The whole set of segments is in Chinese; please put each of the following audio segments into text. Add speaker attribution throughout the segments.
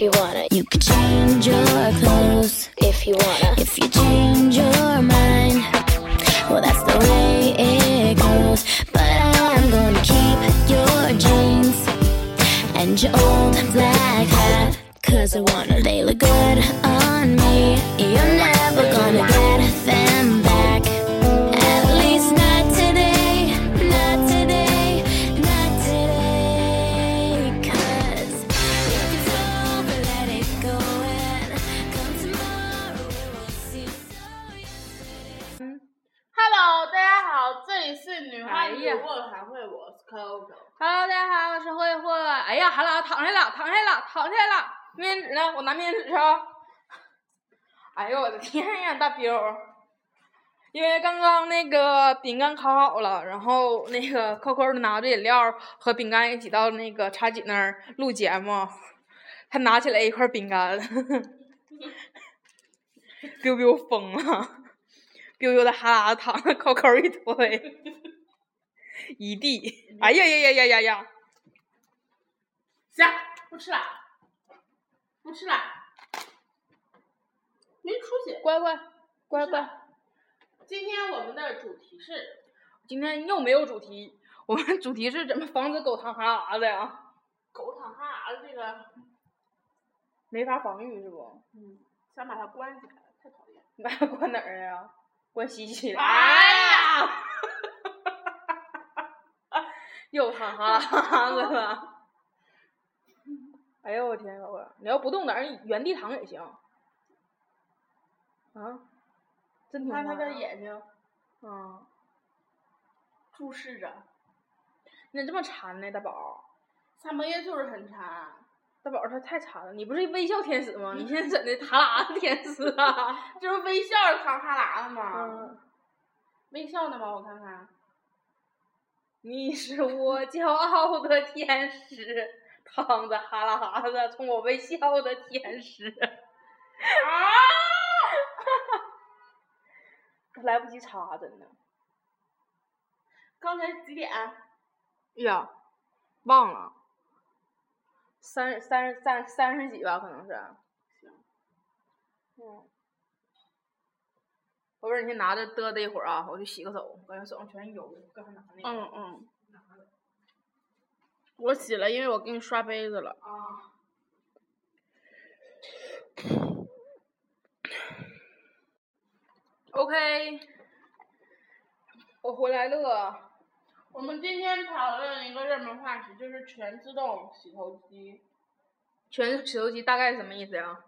Speaker 1: you wanna,
Speaker 2: You could change your clothes
Speaker 1: if you wanna.
Speaker 2: if you change your mind. Well, that's the way it goes. But I'm gonna keep your jeans and your old black hat. Cause I wanna, they look good on me. You're never gonna get them back. At least not today. Not today. Not today. Cause if it's over, let it go. And come tomorrow, it will seem so young.
Speaker 3: Hello，大家好，这里是女
Speaker 4: 哎
Speaker 3: 汉子
Speaker 4: 呀
Speaker 3: 问还会，我是 Coco。
Speaker 4: Hello，大家好，我是慧慧。哎呀，好了，躺下了，躺下了，躺下了。面纸呢？我拿面纸去啊。哎呦我的天呀，大彪儿！因为刚刚那个饼干烤好了，然后那个扣扣拿着饮料和饼干一起到那个茶几那儿录节目，他拿起来一块饼干，彪彪疯了，彪彪的哈喇子淌着扣扣一推，一地，哎呀呀呀呀呀呀！
Speaker 3: 行，不吃了，不吃了，没出息。
Speaker 4: 乖乖，乖乖，
Speaker 3: 今天我们的主题是
Speaker 4: 今天又没有主题， 我们主题是怎么防止狗淌哈喇子呀？
Speaker 3: 狗躺哈喇子，这个
Speaker 4: 没法防御是不？
Speaker 3: 嗯，想把它关起来，太讨厌了。
Speaker 4: 那要关哪儿 呀？关西西。
Speaker 3: 哎呀！
Speaker 4: 又淌哈喇子了。 哎呦我天，小伙儿，你要不动，在那儿原地躺也行。啊？真挺啊
Speaker 3: 看
Speaker 4: 好
Speaker 3: 它的
Speaker 4: 呀。
Speaker 3: 眼睛
Speaker 4: 嗯，
Speaker 3: 注视着，
Speaker 4: 你咋这么馋呢，大宝儿？
Speaker 3: 萨摩耶就是很馋。
Speaker 4: 大宝儿他太馋了，你不是微笑天使吗？你现在怎的哈喇子天使啊？
Speaker 3: 这不微笑着淌哈喇子吗？
Speaker 4: 嗯。
Speaker 3: 微笑呢吗？我看看，
Speaker 4: 你是我骄傲的天使，淌着哈喇哈子冲我微笑的天使。 来不及擦，真的。
Speaker 3: 刚才几点？
Speaker 4: 哎呀，忘了，三十三十三三十几吧，可能是。行。嗯。宝贝儿，你先拿着嘚嘚一会儿啊，我去洗个手，我感觉手上全油，刚才拿那个。
Speaker 3: 嗯嗯，我洗了，因为我给你刷杯子了。
Speaker 4: 啊。OK，我回来了。
Speaker 3: 我们今天讨论一个热门话题，就是全自动洗头机，
Speaker 4: 全洗头机大概是什么意思呀？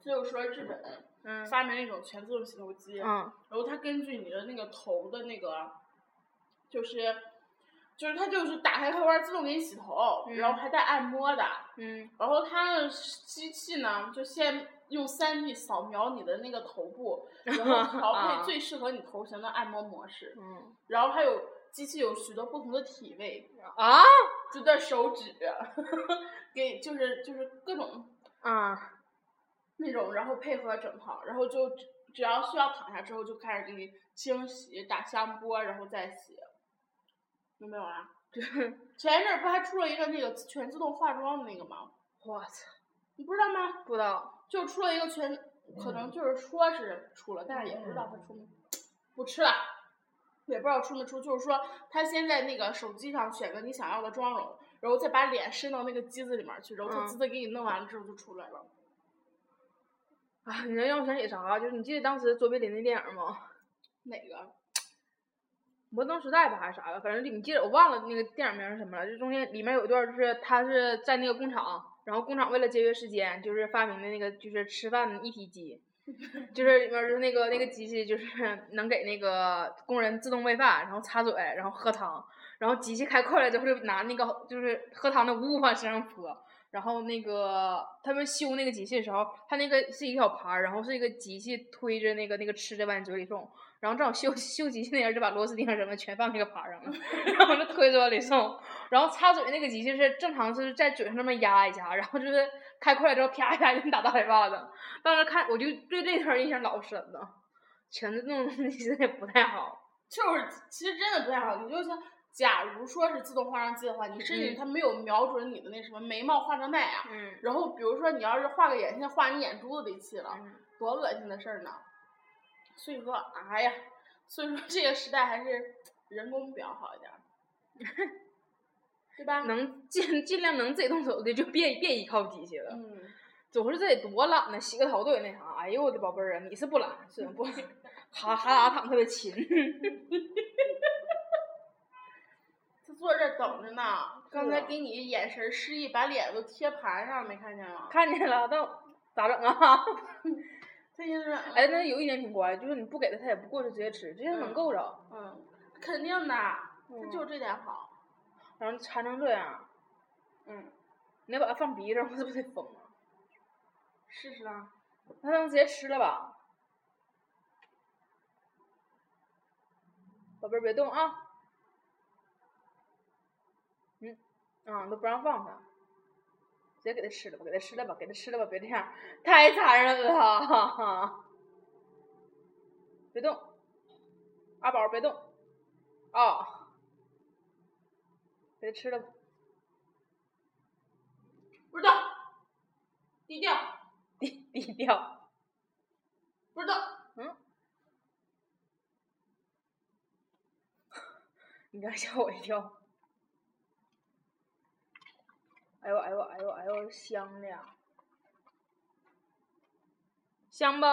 Speaker 3: 就是说日本
Speaker 4: 嗯
Speaker 3: 发明了一种全自动洗头机，然
Speaker 4: 嗯
Speaker 3: 后它根据你的那个头的那个，就是就是它就是打开开关自动给你洗头，然后还带按摩的，
Speaker 4: 嗯
Speaker 3: 然后它的机器呢就先用 3D 扫描你的那个头部，然后调
Speaker 4: 啊
Speaker 3: 配最适合你头型的按摩模式。
Speaker 4: 嗯
Speaker 3: 然后还有机器有许多不同的体位，
Speaker 4: 啊
Speaker 3: 就在手指， 给就是就是各种
Speaker 4: 啊
Speaker 3: 那种，然后配合整套，然后就只只要需要躺下之后就开始给你清洗、打香波，然后再洗，明白吗？啊前一阵儿不还出了一个那个全自动化妆的那个吗？
Speaker 4: 我操，
Speaker 3: 你不知道吗？
Speaker 4: 不知道。
Speaker 3: 就出了一个全，可能就是说是出了，但是也不知道它出没，不吃了，也不知道出没出。就是说，他先在那个手机上选择你想要的妆容，然后再把脸伸到那个机子里面去，然后它
Speaker 4: 嗯
Speaker 3: 机子给你弄完了之后就出来了。
Speaker 4: 啊，你知道让我想起啥？就是你记得当时卓别林那电影吗？
Speaker 3: 哪个？
Speaker 4: 《摩登时代》吧还是啥吧，反正你记得我忘了那个电影名是什么了。就中间里面有一段，就是他是在那个工厂，然后工厂为了节约时间，就是发明的那个就是吃饭一体机，就是里面就是那个那个机器就是 能给那个工人自动喂饭，然后擦嘴，然后喝汤，然后机器开快了之后就拿那个就是喝汤的呜往身上泼。然后那个他们修那个机器的时候，他那个是一个小盘儿，然后是一个机器推着那个那个吃的往你嘴里送，然后正好修修机器那人就把螺丝钉什么全放那个盘儿上了，然后就推着往里送，然后擦嘴那个机器是正常是在嘴上那么压一下，然后就是开快了之后啪一下给你打大嘴巴子，当时看我就对这段儿印象老深了，全自动其实也不太好，
Speaker 3: 就是其实真的不太好，你就像假如说是自动化妆机的话，你甚至
Speaker 4: 嗯
Speaker 3: 它没有瞄准你的那什么眉毛画成那样。
Speaker 4: 嗯
Speaker 3: 啊然后比如说你要是画个眼线，画你眼珠子里去了，
Speaker 4: 嗯
Speaker 3: 多恶心的事儿呢。所以说，哎呀，所以说这个时代还是人工比较好一点儿，对吧？
Speaker 4: 能尽尽量能自己动手的就别别依靠机器了。
Speaker 3: 嗯，
Speaker 4: 总是这得多懒呢，洗个头都得那啥。哎呦我的宝贝儿啊，你是不懒，是不 哈哈达躺特别勤。
Speaker 3: 就坐这儿等着呢。刚才
Speaker 4: 是啊
Speaker 3: 给你眼神示意，把脸都贴盘上了，没看见吗？
Speaker 4: 看见了，但咋整啊？
Speaker 3: 他就是，
Speaker 4: 哎，那有一点挺乖，就是你不给他，他也不过去直接吃，直接能够着，
Speaker 3: 嗯，肯定的，他
Speaker 4: 嗯
Speaker 3: 就这点好。
Speaker 4: 然后馋成这样，
Speaker 3: 嗯，
Speaker 4: 啊你要把它放鼻子上，是不是得疯啊？
Speaker 3: 试试啊。
Speaker 4: 那能直接吃了吧？宝贝儿别动啊！嗯，啊都不让放它，直接给它吃了吧，给它吃了吧，给它吃了吧，别这样，太残忍了！哈哈。 别动，阿宝儿别动，啊、给它吃了吧。
Speaker 3: 不知道，低调，
Speaker 4: 低低调。
Speaker 3: 不知道。
Speaker 4: 你刚吓我一跳。哎呦哎呦哎呦哎呦，香的呀！香不？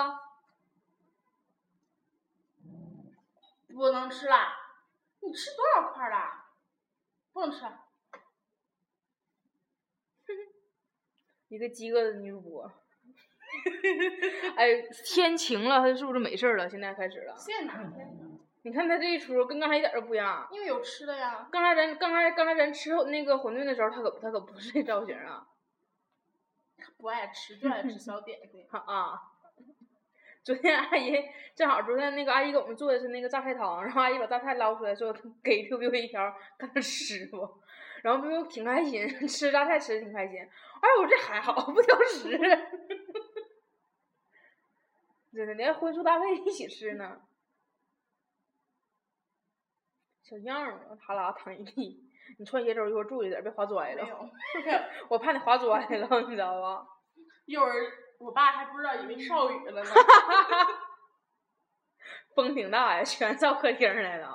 Speaker 3: 不能吃啦！你吃多少块儿啦？不能吃。啊
Speaker 4: 一个饥饿的女主播。哎，天晴了，她是不是没事儿了？现在开始了。
Speaker 3: 现在哪天呢？
Speaker 4: 你看她这一出，跟刚才一点儿都不一样。啊
Speaker 3: 因为有吃的呀。
Speaker 4: 刚才咱刚才刚才咱吃那个馄饨的时候，她可她可不是这造型啊。
Speaker 3: 不爱吃就爱吃小点心
Speaker 4: 啊！昨天阿姨正好，昨天那个阿姨给我们做的是那个榨菜汤，然后阿姨把榨菜捞出来，说给 biu biu 一条，看她吃不，然后 biu biu 挺开心，吃榨菜吃的挺开心。哎，我这还好，不挑食。 真的，连荤素搭配一起吃呢。小样儿啊，哈喇淌一地。你穿鞋时候一会儿注意点儿，别滑
Speaker 3: 没
Speaker 4: 摔了。
Speaker 3: 有，
Speaker 4: 我怕你滑摔了，你知道吧？
Speaker 3: 一会儿我爸还不知道以为少雨 了呢。
Speaker 4: 风挺大呀，全照客厅来了。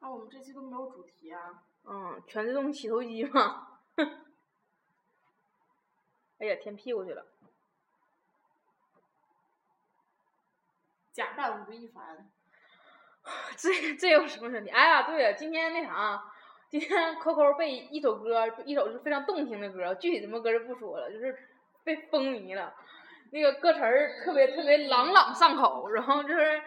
Speaker 3: 啊，我们这期都没有主题啊。
Speaker 4: 嗯，全自动洗头机嘛。 哎呀，舔屁股去了。
Speaker 3: 假扮吴亦凡，
Speaker 4: 这这有什么问题？哎呀，对呀，今天那啥，今天 Coco 背一首歌，一首是非常动听的歌，具体什么歌就不说了，就是被风靡了。那个歌词儿特别特别朗朗上口，然后就是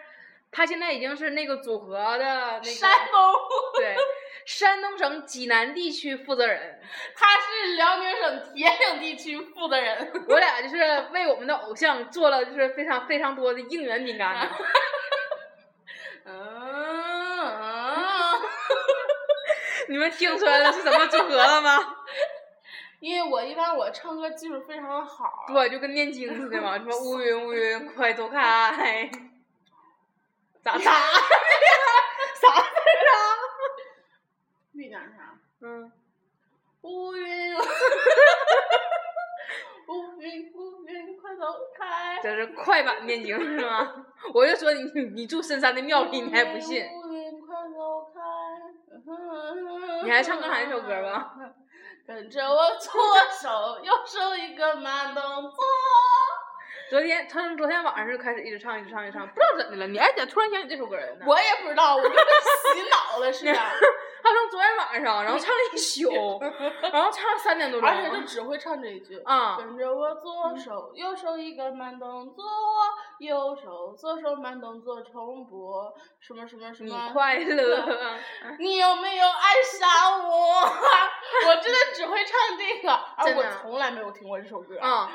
Speaker 4: 他现在已经是那个组合的那个
Speaker 3: 山东，
Speaker 4: 对山东省济南地区负责人，
Speaker 3: 他是辽宁省铁岭地区负责人。
Speaker 4: 我俩就是为我们的偶像做了就是非常非常多的应援饼干。
Speaker 3: 啊嗯、啊，
Speaker 4: 你们听出来了是什么组合了吗？
Speaker 3: 因为我一般我唱歌技术非常的好。
Speaker 4: 对，就跟念经似的嘛，什么乌云乌云快走开，咋咋啥事儿啊？
Speaker 3: 预感啥？
Speaker 4: 嗯，
Speaker 3: 乌云， 乌云，乌云，快走 开！
Speaker 4: 这是快板念经是吗？ 我就说你你你住深山的庙里，你还不信？
Speaker 3: 乌云快走开！
Speaker 4: 你还唱刚才那首歌吧？
Speaker 3: 跟着我左手右手一个慢动作。
Speaker 4: 昨天他从昨天晚上就开始一直唱一直唱一直唱，不知道怎的了，你哎咋突然想起这首歌来了呢？
Speaker 3: 我也不知道，我就被洗脑了似的，
Speaker 4: 他从昨天晚上，然后唱了一宿， 然后唱了三点多钟，
Speaker 3: 而且就只会唱这一句。
Speaker 4: 啊，
Speaker 3: 跟着我左手右手一个慢动作，右手左手慢动作重播，什么什么什
Speaker 4: 你
Speaker 3: 么。
Speaker 4: 快
Speaker 3: 嗯
Speaker 4: 乐。
Speaker 3: 你有没有爱上我？ 我真的只会唱这个，而
Speaker 4: 真的
Speaker 3: 我从来没有听过这首歌。
Speaker 4: 啊、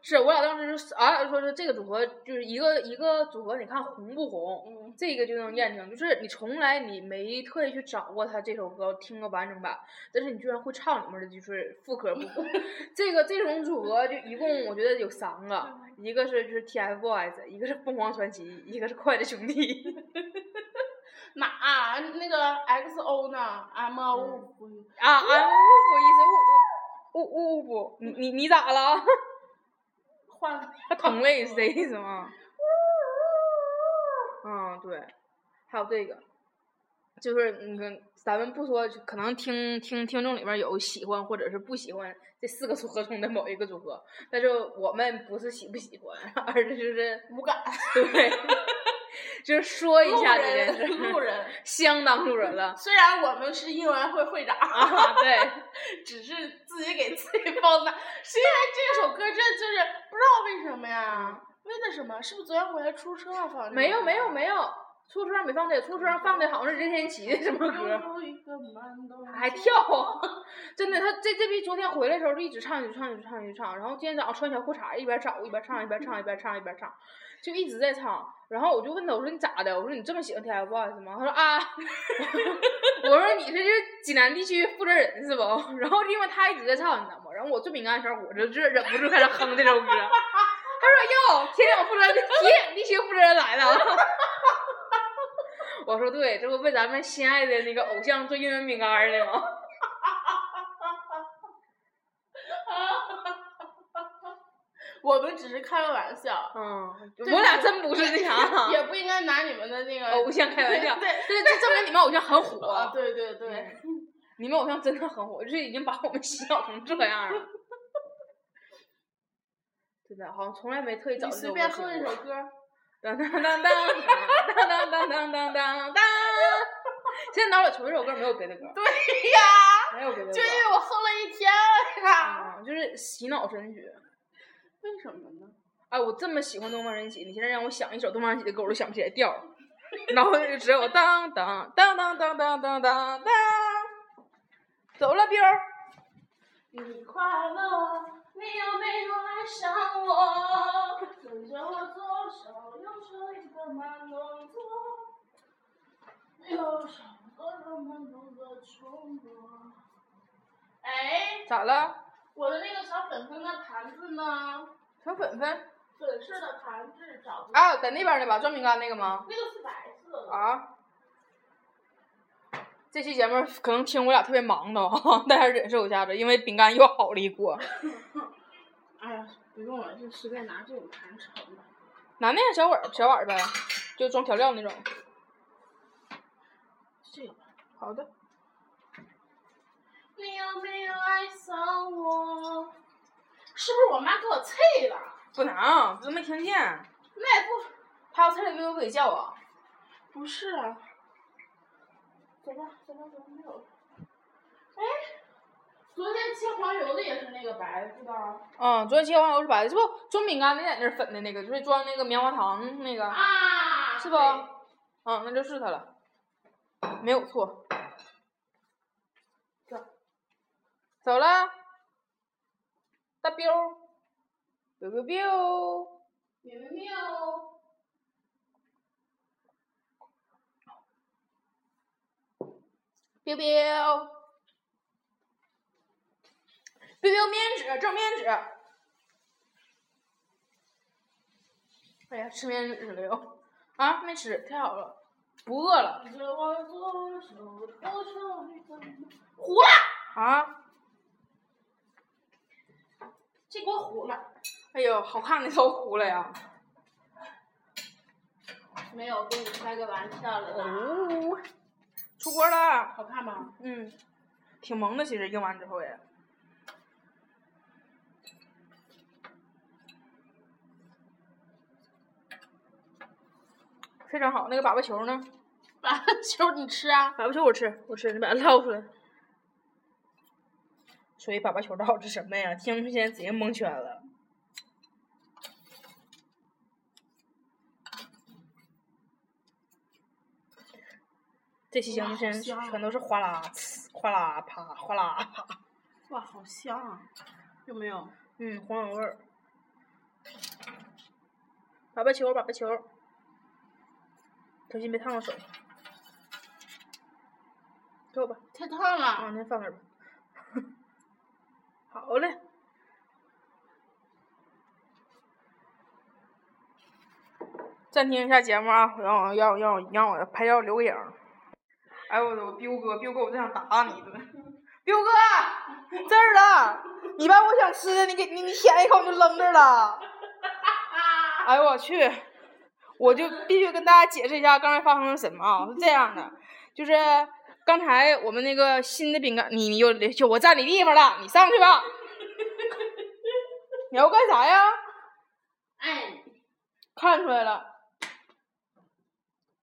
Speaker 4: 是我俩当时就是，俺俩就说是这个组合就是一个一个组合，你看红不红，
Speaker 3: 嗯，
Speaker 4: 这个就能验证，就是你从来你没特意去找过他这首歌听个完整版，但是你居然会唱里面的就是副歌部分。这个这种组合就一共我觉得有三个，一个是就是 TFBOYS，一个是凤凰传奇，一个是筷子兄弟。
Speaker 3: 哪、啊、那个 XO 呢？M O
Speaker 4: 啊啊！呜呜呜意思，呜呜呜呜你你你咋了？
Speaker 3: 换个
Speaker 4: 他同类是这意思吗？嗯，对，还有这个，就是你看，咱们不说，可能听听听众里面有喜欢或者是不喜欢这四个组合中的某一个组合，但是我们不是喜不喜欢，而是就是
Speaker 3: 无感
Speaker 4: 对， 就是说一
Speaker 3: 路
Speaker 4: 下这件事
Speaker 3: 人，
Speaker 4: 儿，
Speaker 3: 路人。
Speaker 4: 相当路人 了
Speaker 3: 虽然我们是英文会会长，
Speaker 4: 啊， 对。
Speaker 3: 只是自己给自己 包揽，是因为这首歌真就是不知道为什么呀？为的什么？是不是昨天回来出车上放的？
Speaker 4: 没有没有没有，出车上没放这个，出车上放的好像是任贤齐的什么歌，
Speaker 3: 有一个慢动作
Speaker 4: 还跳， 真的，他这这逼昨天回来的时候就一直唱，一直唱，一直唱，一直唱，然后今天早上穿小裤衩，一边找一边唱，一边唱，一边唱，一边唱，就一直在唱。然后我就问他，我说你咋的？我说你这么喜欢 TFBOYS 吗？他说啊， 我说你这是济南地区负责人是不？然后因为他一直在唱，你知道吗？然后我最敏感的时候，我就这忍不住开始哼这首歌。 他说哟，铁岭负责人， 铁岭地区负责人来了。我说对，这不为咱们心爱的那个偶像做英文饼干儿呢吗？
Speaker 3: 我们只是开个玩笑，
Speaker 4: 嗯，
Speaker 3: 对
Speaker 4: 我俩真不是那啥，
Speaker 3: 也不应该拿你们的那个
Speaker 4: 偶像哦开玩笑，
Speaker 3: 对对
Speaker 4: 这这证明你们偶像很
Speaker 3: 啊，
Speaker 4: 火，
Speaker 3: 对对对，
Speaker 4: 嗯你们偶像真的很火，就是已经把我们洗脑成这样了。真的，好像从来没特意找
Speaker 3: 你
Speaker 4: 这
Speaker 3: 随
Speaker 4: 首
Speaker 3: 便
Speaker 4: 歌
Speaker 3: 哼一
Speaker 4: 听
Speaker 3: 首
Speaker 4: 过
Speaker 3: 歌，
Speaker 4: 当当当当当当当当当
Speaker 3: 哎
Speaker 4: 当当。现在脑里除了这首歌没有别的歌，
Speaker 3: 对呀，
Speaker 4: 没有别的歌
Speaker 3: 就因，为我哼了一天为啥？
Speaker 4: 嗯就是洗脑神曲。
Speaker 3: 为什么呢？
Speaker 4: 哎，我这么喜欢东方神起，你现在让我想一首东方神起的歌，我都想不起来调儿， 然后就只有当当当当当当当当当，走了彪儿，
Speaker 3: 你快乐，你有没有爱上我？跟着我左手右手一个慢动作，右手各种慢动作重播。哎，
Speaker 4: 咋了？
Speaker 3: 我的那个小粉粉的盘子呢？
Speaker 4: 小粉粉
Speaker 3: 粉色的盘子找不到，
Speaker 4: 啊，在那边儿呢吧，转饼干那个吗？
Speaker 3: 那个是白色的。
Speaker 4: 啊，这期节目可能听我俩特别忙 的哈，大家忍受一下子，因为饼干又好了一锅，
Speaker 3: 哎呀，不用了，就随便拿这种盘盛吧。
Speaker 4: 拿那个小碗儿小碗儿呗，就装调料那种。
Speaker 3: 这个吧。
Speaker 4: 好的，
Speaker 3: 你有没有爱上我？是不是我妈给我啐了？
Speaker 4: 不能，都没听见，
Speaker 3: 那也不
Speaker 4: 他要菜里给我给叫啊。
Speaker 3: 不是啊。走吧，走吧，走吧，没有。哎，昨天切黄油的也是那个白的，知道吗？
Speaker 4: 嗯，昨天切黄油是白的，这不装饼干那在那儿粉的那个，就是装那个棉花糖那个，
Speaker 3: 啊，
Speaker 4: 是不？
Speaker 3: 吧？
Speaker 4: 嗯，那就是它了，没有错。
Speaker 3: 走
Speaker 4: 走了，大彪儿，biu biu biu，
Speaker 3: 你们没有？
Speaker 4: biu biu biu biu 面纸，正面纸。哎呀，吃面纸了又，啊，没吃，太好了，不饿了。
Speaker 3: 你知道我左手右手一个
Speaker 4: 糊了啊！
Speaker 3: 这给我糊了，
Speaker 4: 哎呦，好看的都糊了呀！
Speaker 3: 没有跟你开个玩笑了啦。
Speaker 4: 哦，出锅了，
Speaker 3: 好看吗？
Speaker 4: 嗯，挺萌的，其实用完之后也。非常好，那个粑粑球呢？
Speaker 3: 把 球你吃啊！
Speaker 4: 粑粑哎球我吃，我吃，你把它捞出来。所以粑粑球到底是什么呀？听不见，直接蒙圈了。这期节目现在
Speaker 3: 哇好香啊
Speaker 4: 全都是哗啦呲哗啦啪哗啦啪，
Speaker 3: 哇，好香啊！有没有？
Speaker 4: 嗯，黄油味儿。粑粑球，粑粑球，小心别烫着手。给我吧。
Speaker 3: 太烫了。
Speaker 4: 啊，那放那儿吧。 好嘞。暂停一下节目啊，让我让我让我让我拍照留个影儿。哎呦我的彪哥，彪哥，我真想打你一顿。 彪哥，啊这儿了，你把我想吃的，你给你你舔一口你就扔这儿了。哎呦我去，我就必须跟大家解释一下刚才发生了什么啊？是这样的，就是刚才我们那个新的饼干，你你又就我占你地方了，你上去吧。 你要干啥呀？
Speaker 3: 爱你。
Speaker 4: 看出来了。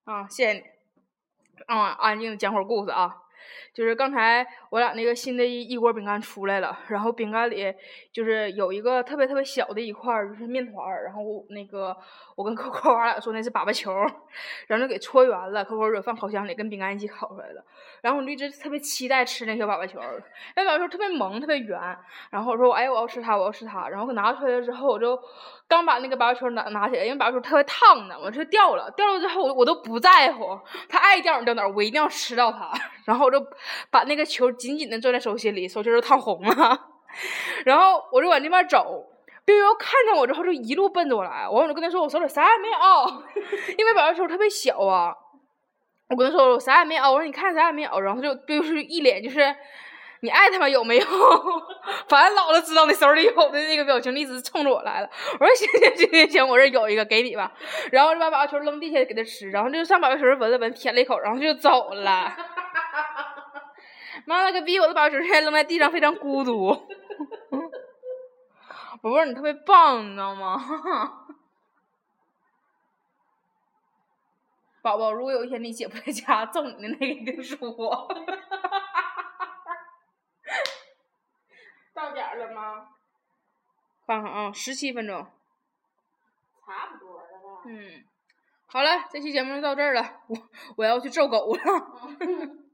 Speaker 4: 啊，谢谢你。啊，安静地讲会儿故事啊。就是刚才我俩那个新的一一锅饼干出来了，然后饼干里就是有一个特别特别小的一块儿，就是面团儿。然后我那个我跟 Coco 我俩说那是粑粑球儿，然后就给搓圆了。Coco 就放烤箱里跟饼干一起烤出来了。然后我就一直特别期待吃那小粑粑球儿，那粑粑球儿特别萌，特别圆。然后我说我哎我要吃它，我要吃它。然后拿出来了之后，我就刚把那个粑粑球儿拿拿起来，因为粑粑球儿特别烫呢，我就掉了。掉了之后我我都不在乎，它爱掉哪儿掉哪儿，我一定要吃到它。 然后我就把那个球紧紧的攥在手心里，手心都烫红了。 然后我就往那边走，彪彪看见我之后就一路奔着我来。完我就跟他说我手里啥也没有， 因为保球特别小啊。我跟他说我啥也没有，我说你看啥也没有，然后就彪彪是一脸就是。你爱他妈有没 有？反正老子知道你手里有的那个表情，一直冲着我来了。我说行行行行行，我这有一个给你吧。然后就把保球扔地下给他吃，然后就上保球闻了闻，舔了一口，然后就走了。 妈了个逼！我的保球现在扔在地上，非常孤独。 宝贝儿，你特别棒，你知道吗？宝宝，如果有一天你姐不在家， 揍你的那个一定是我。
Speaker 3: 到点儿了吗？
Speaker 4: 看看啊，十七分钟。
Speaker 3: 差不多了吧。
Speaker 4: 嗯，好了，这期节目就到这儿了。我我要去揍狗了。
Speaker 3: 嗯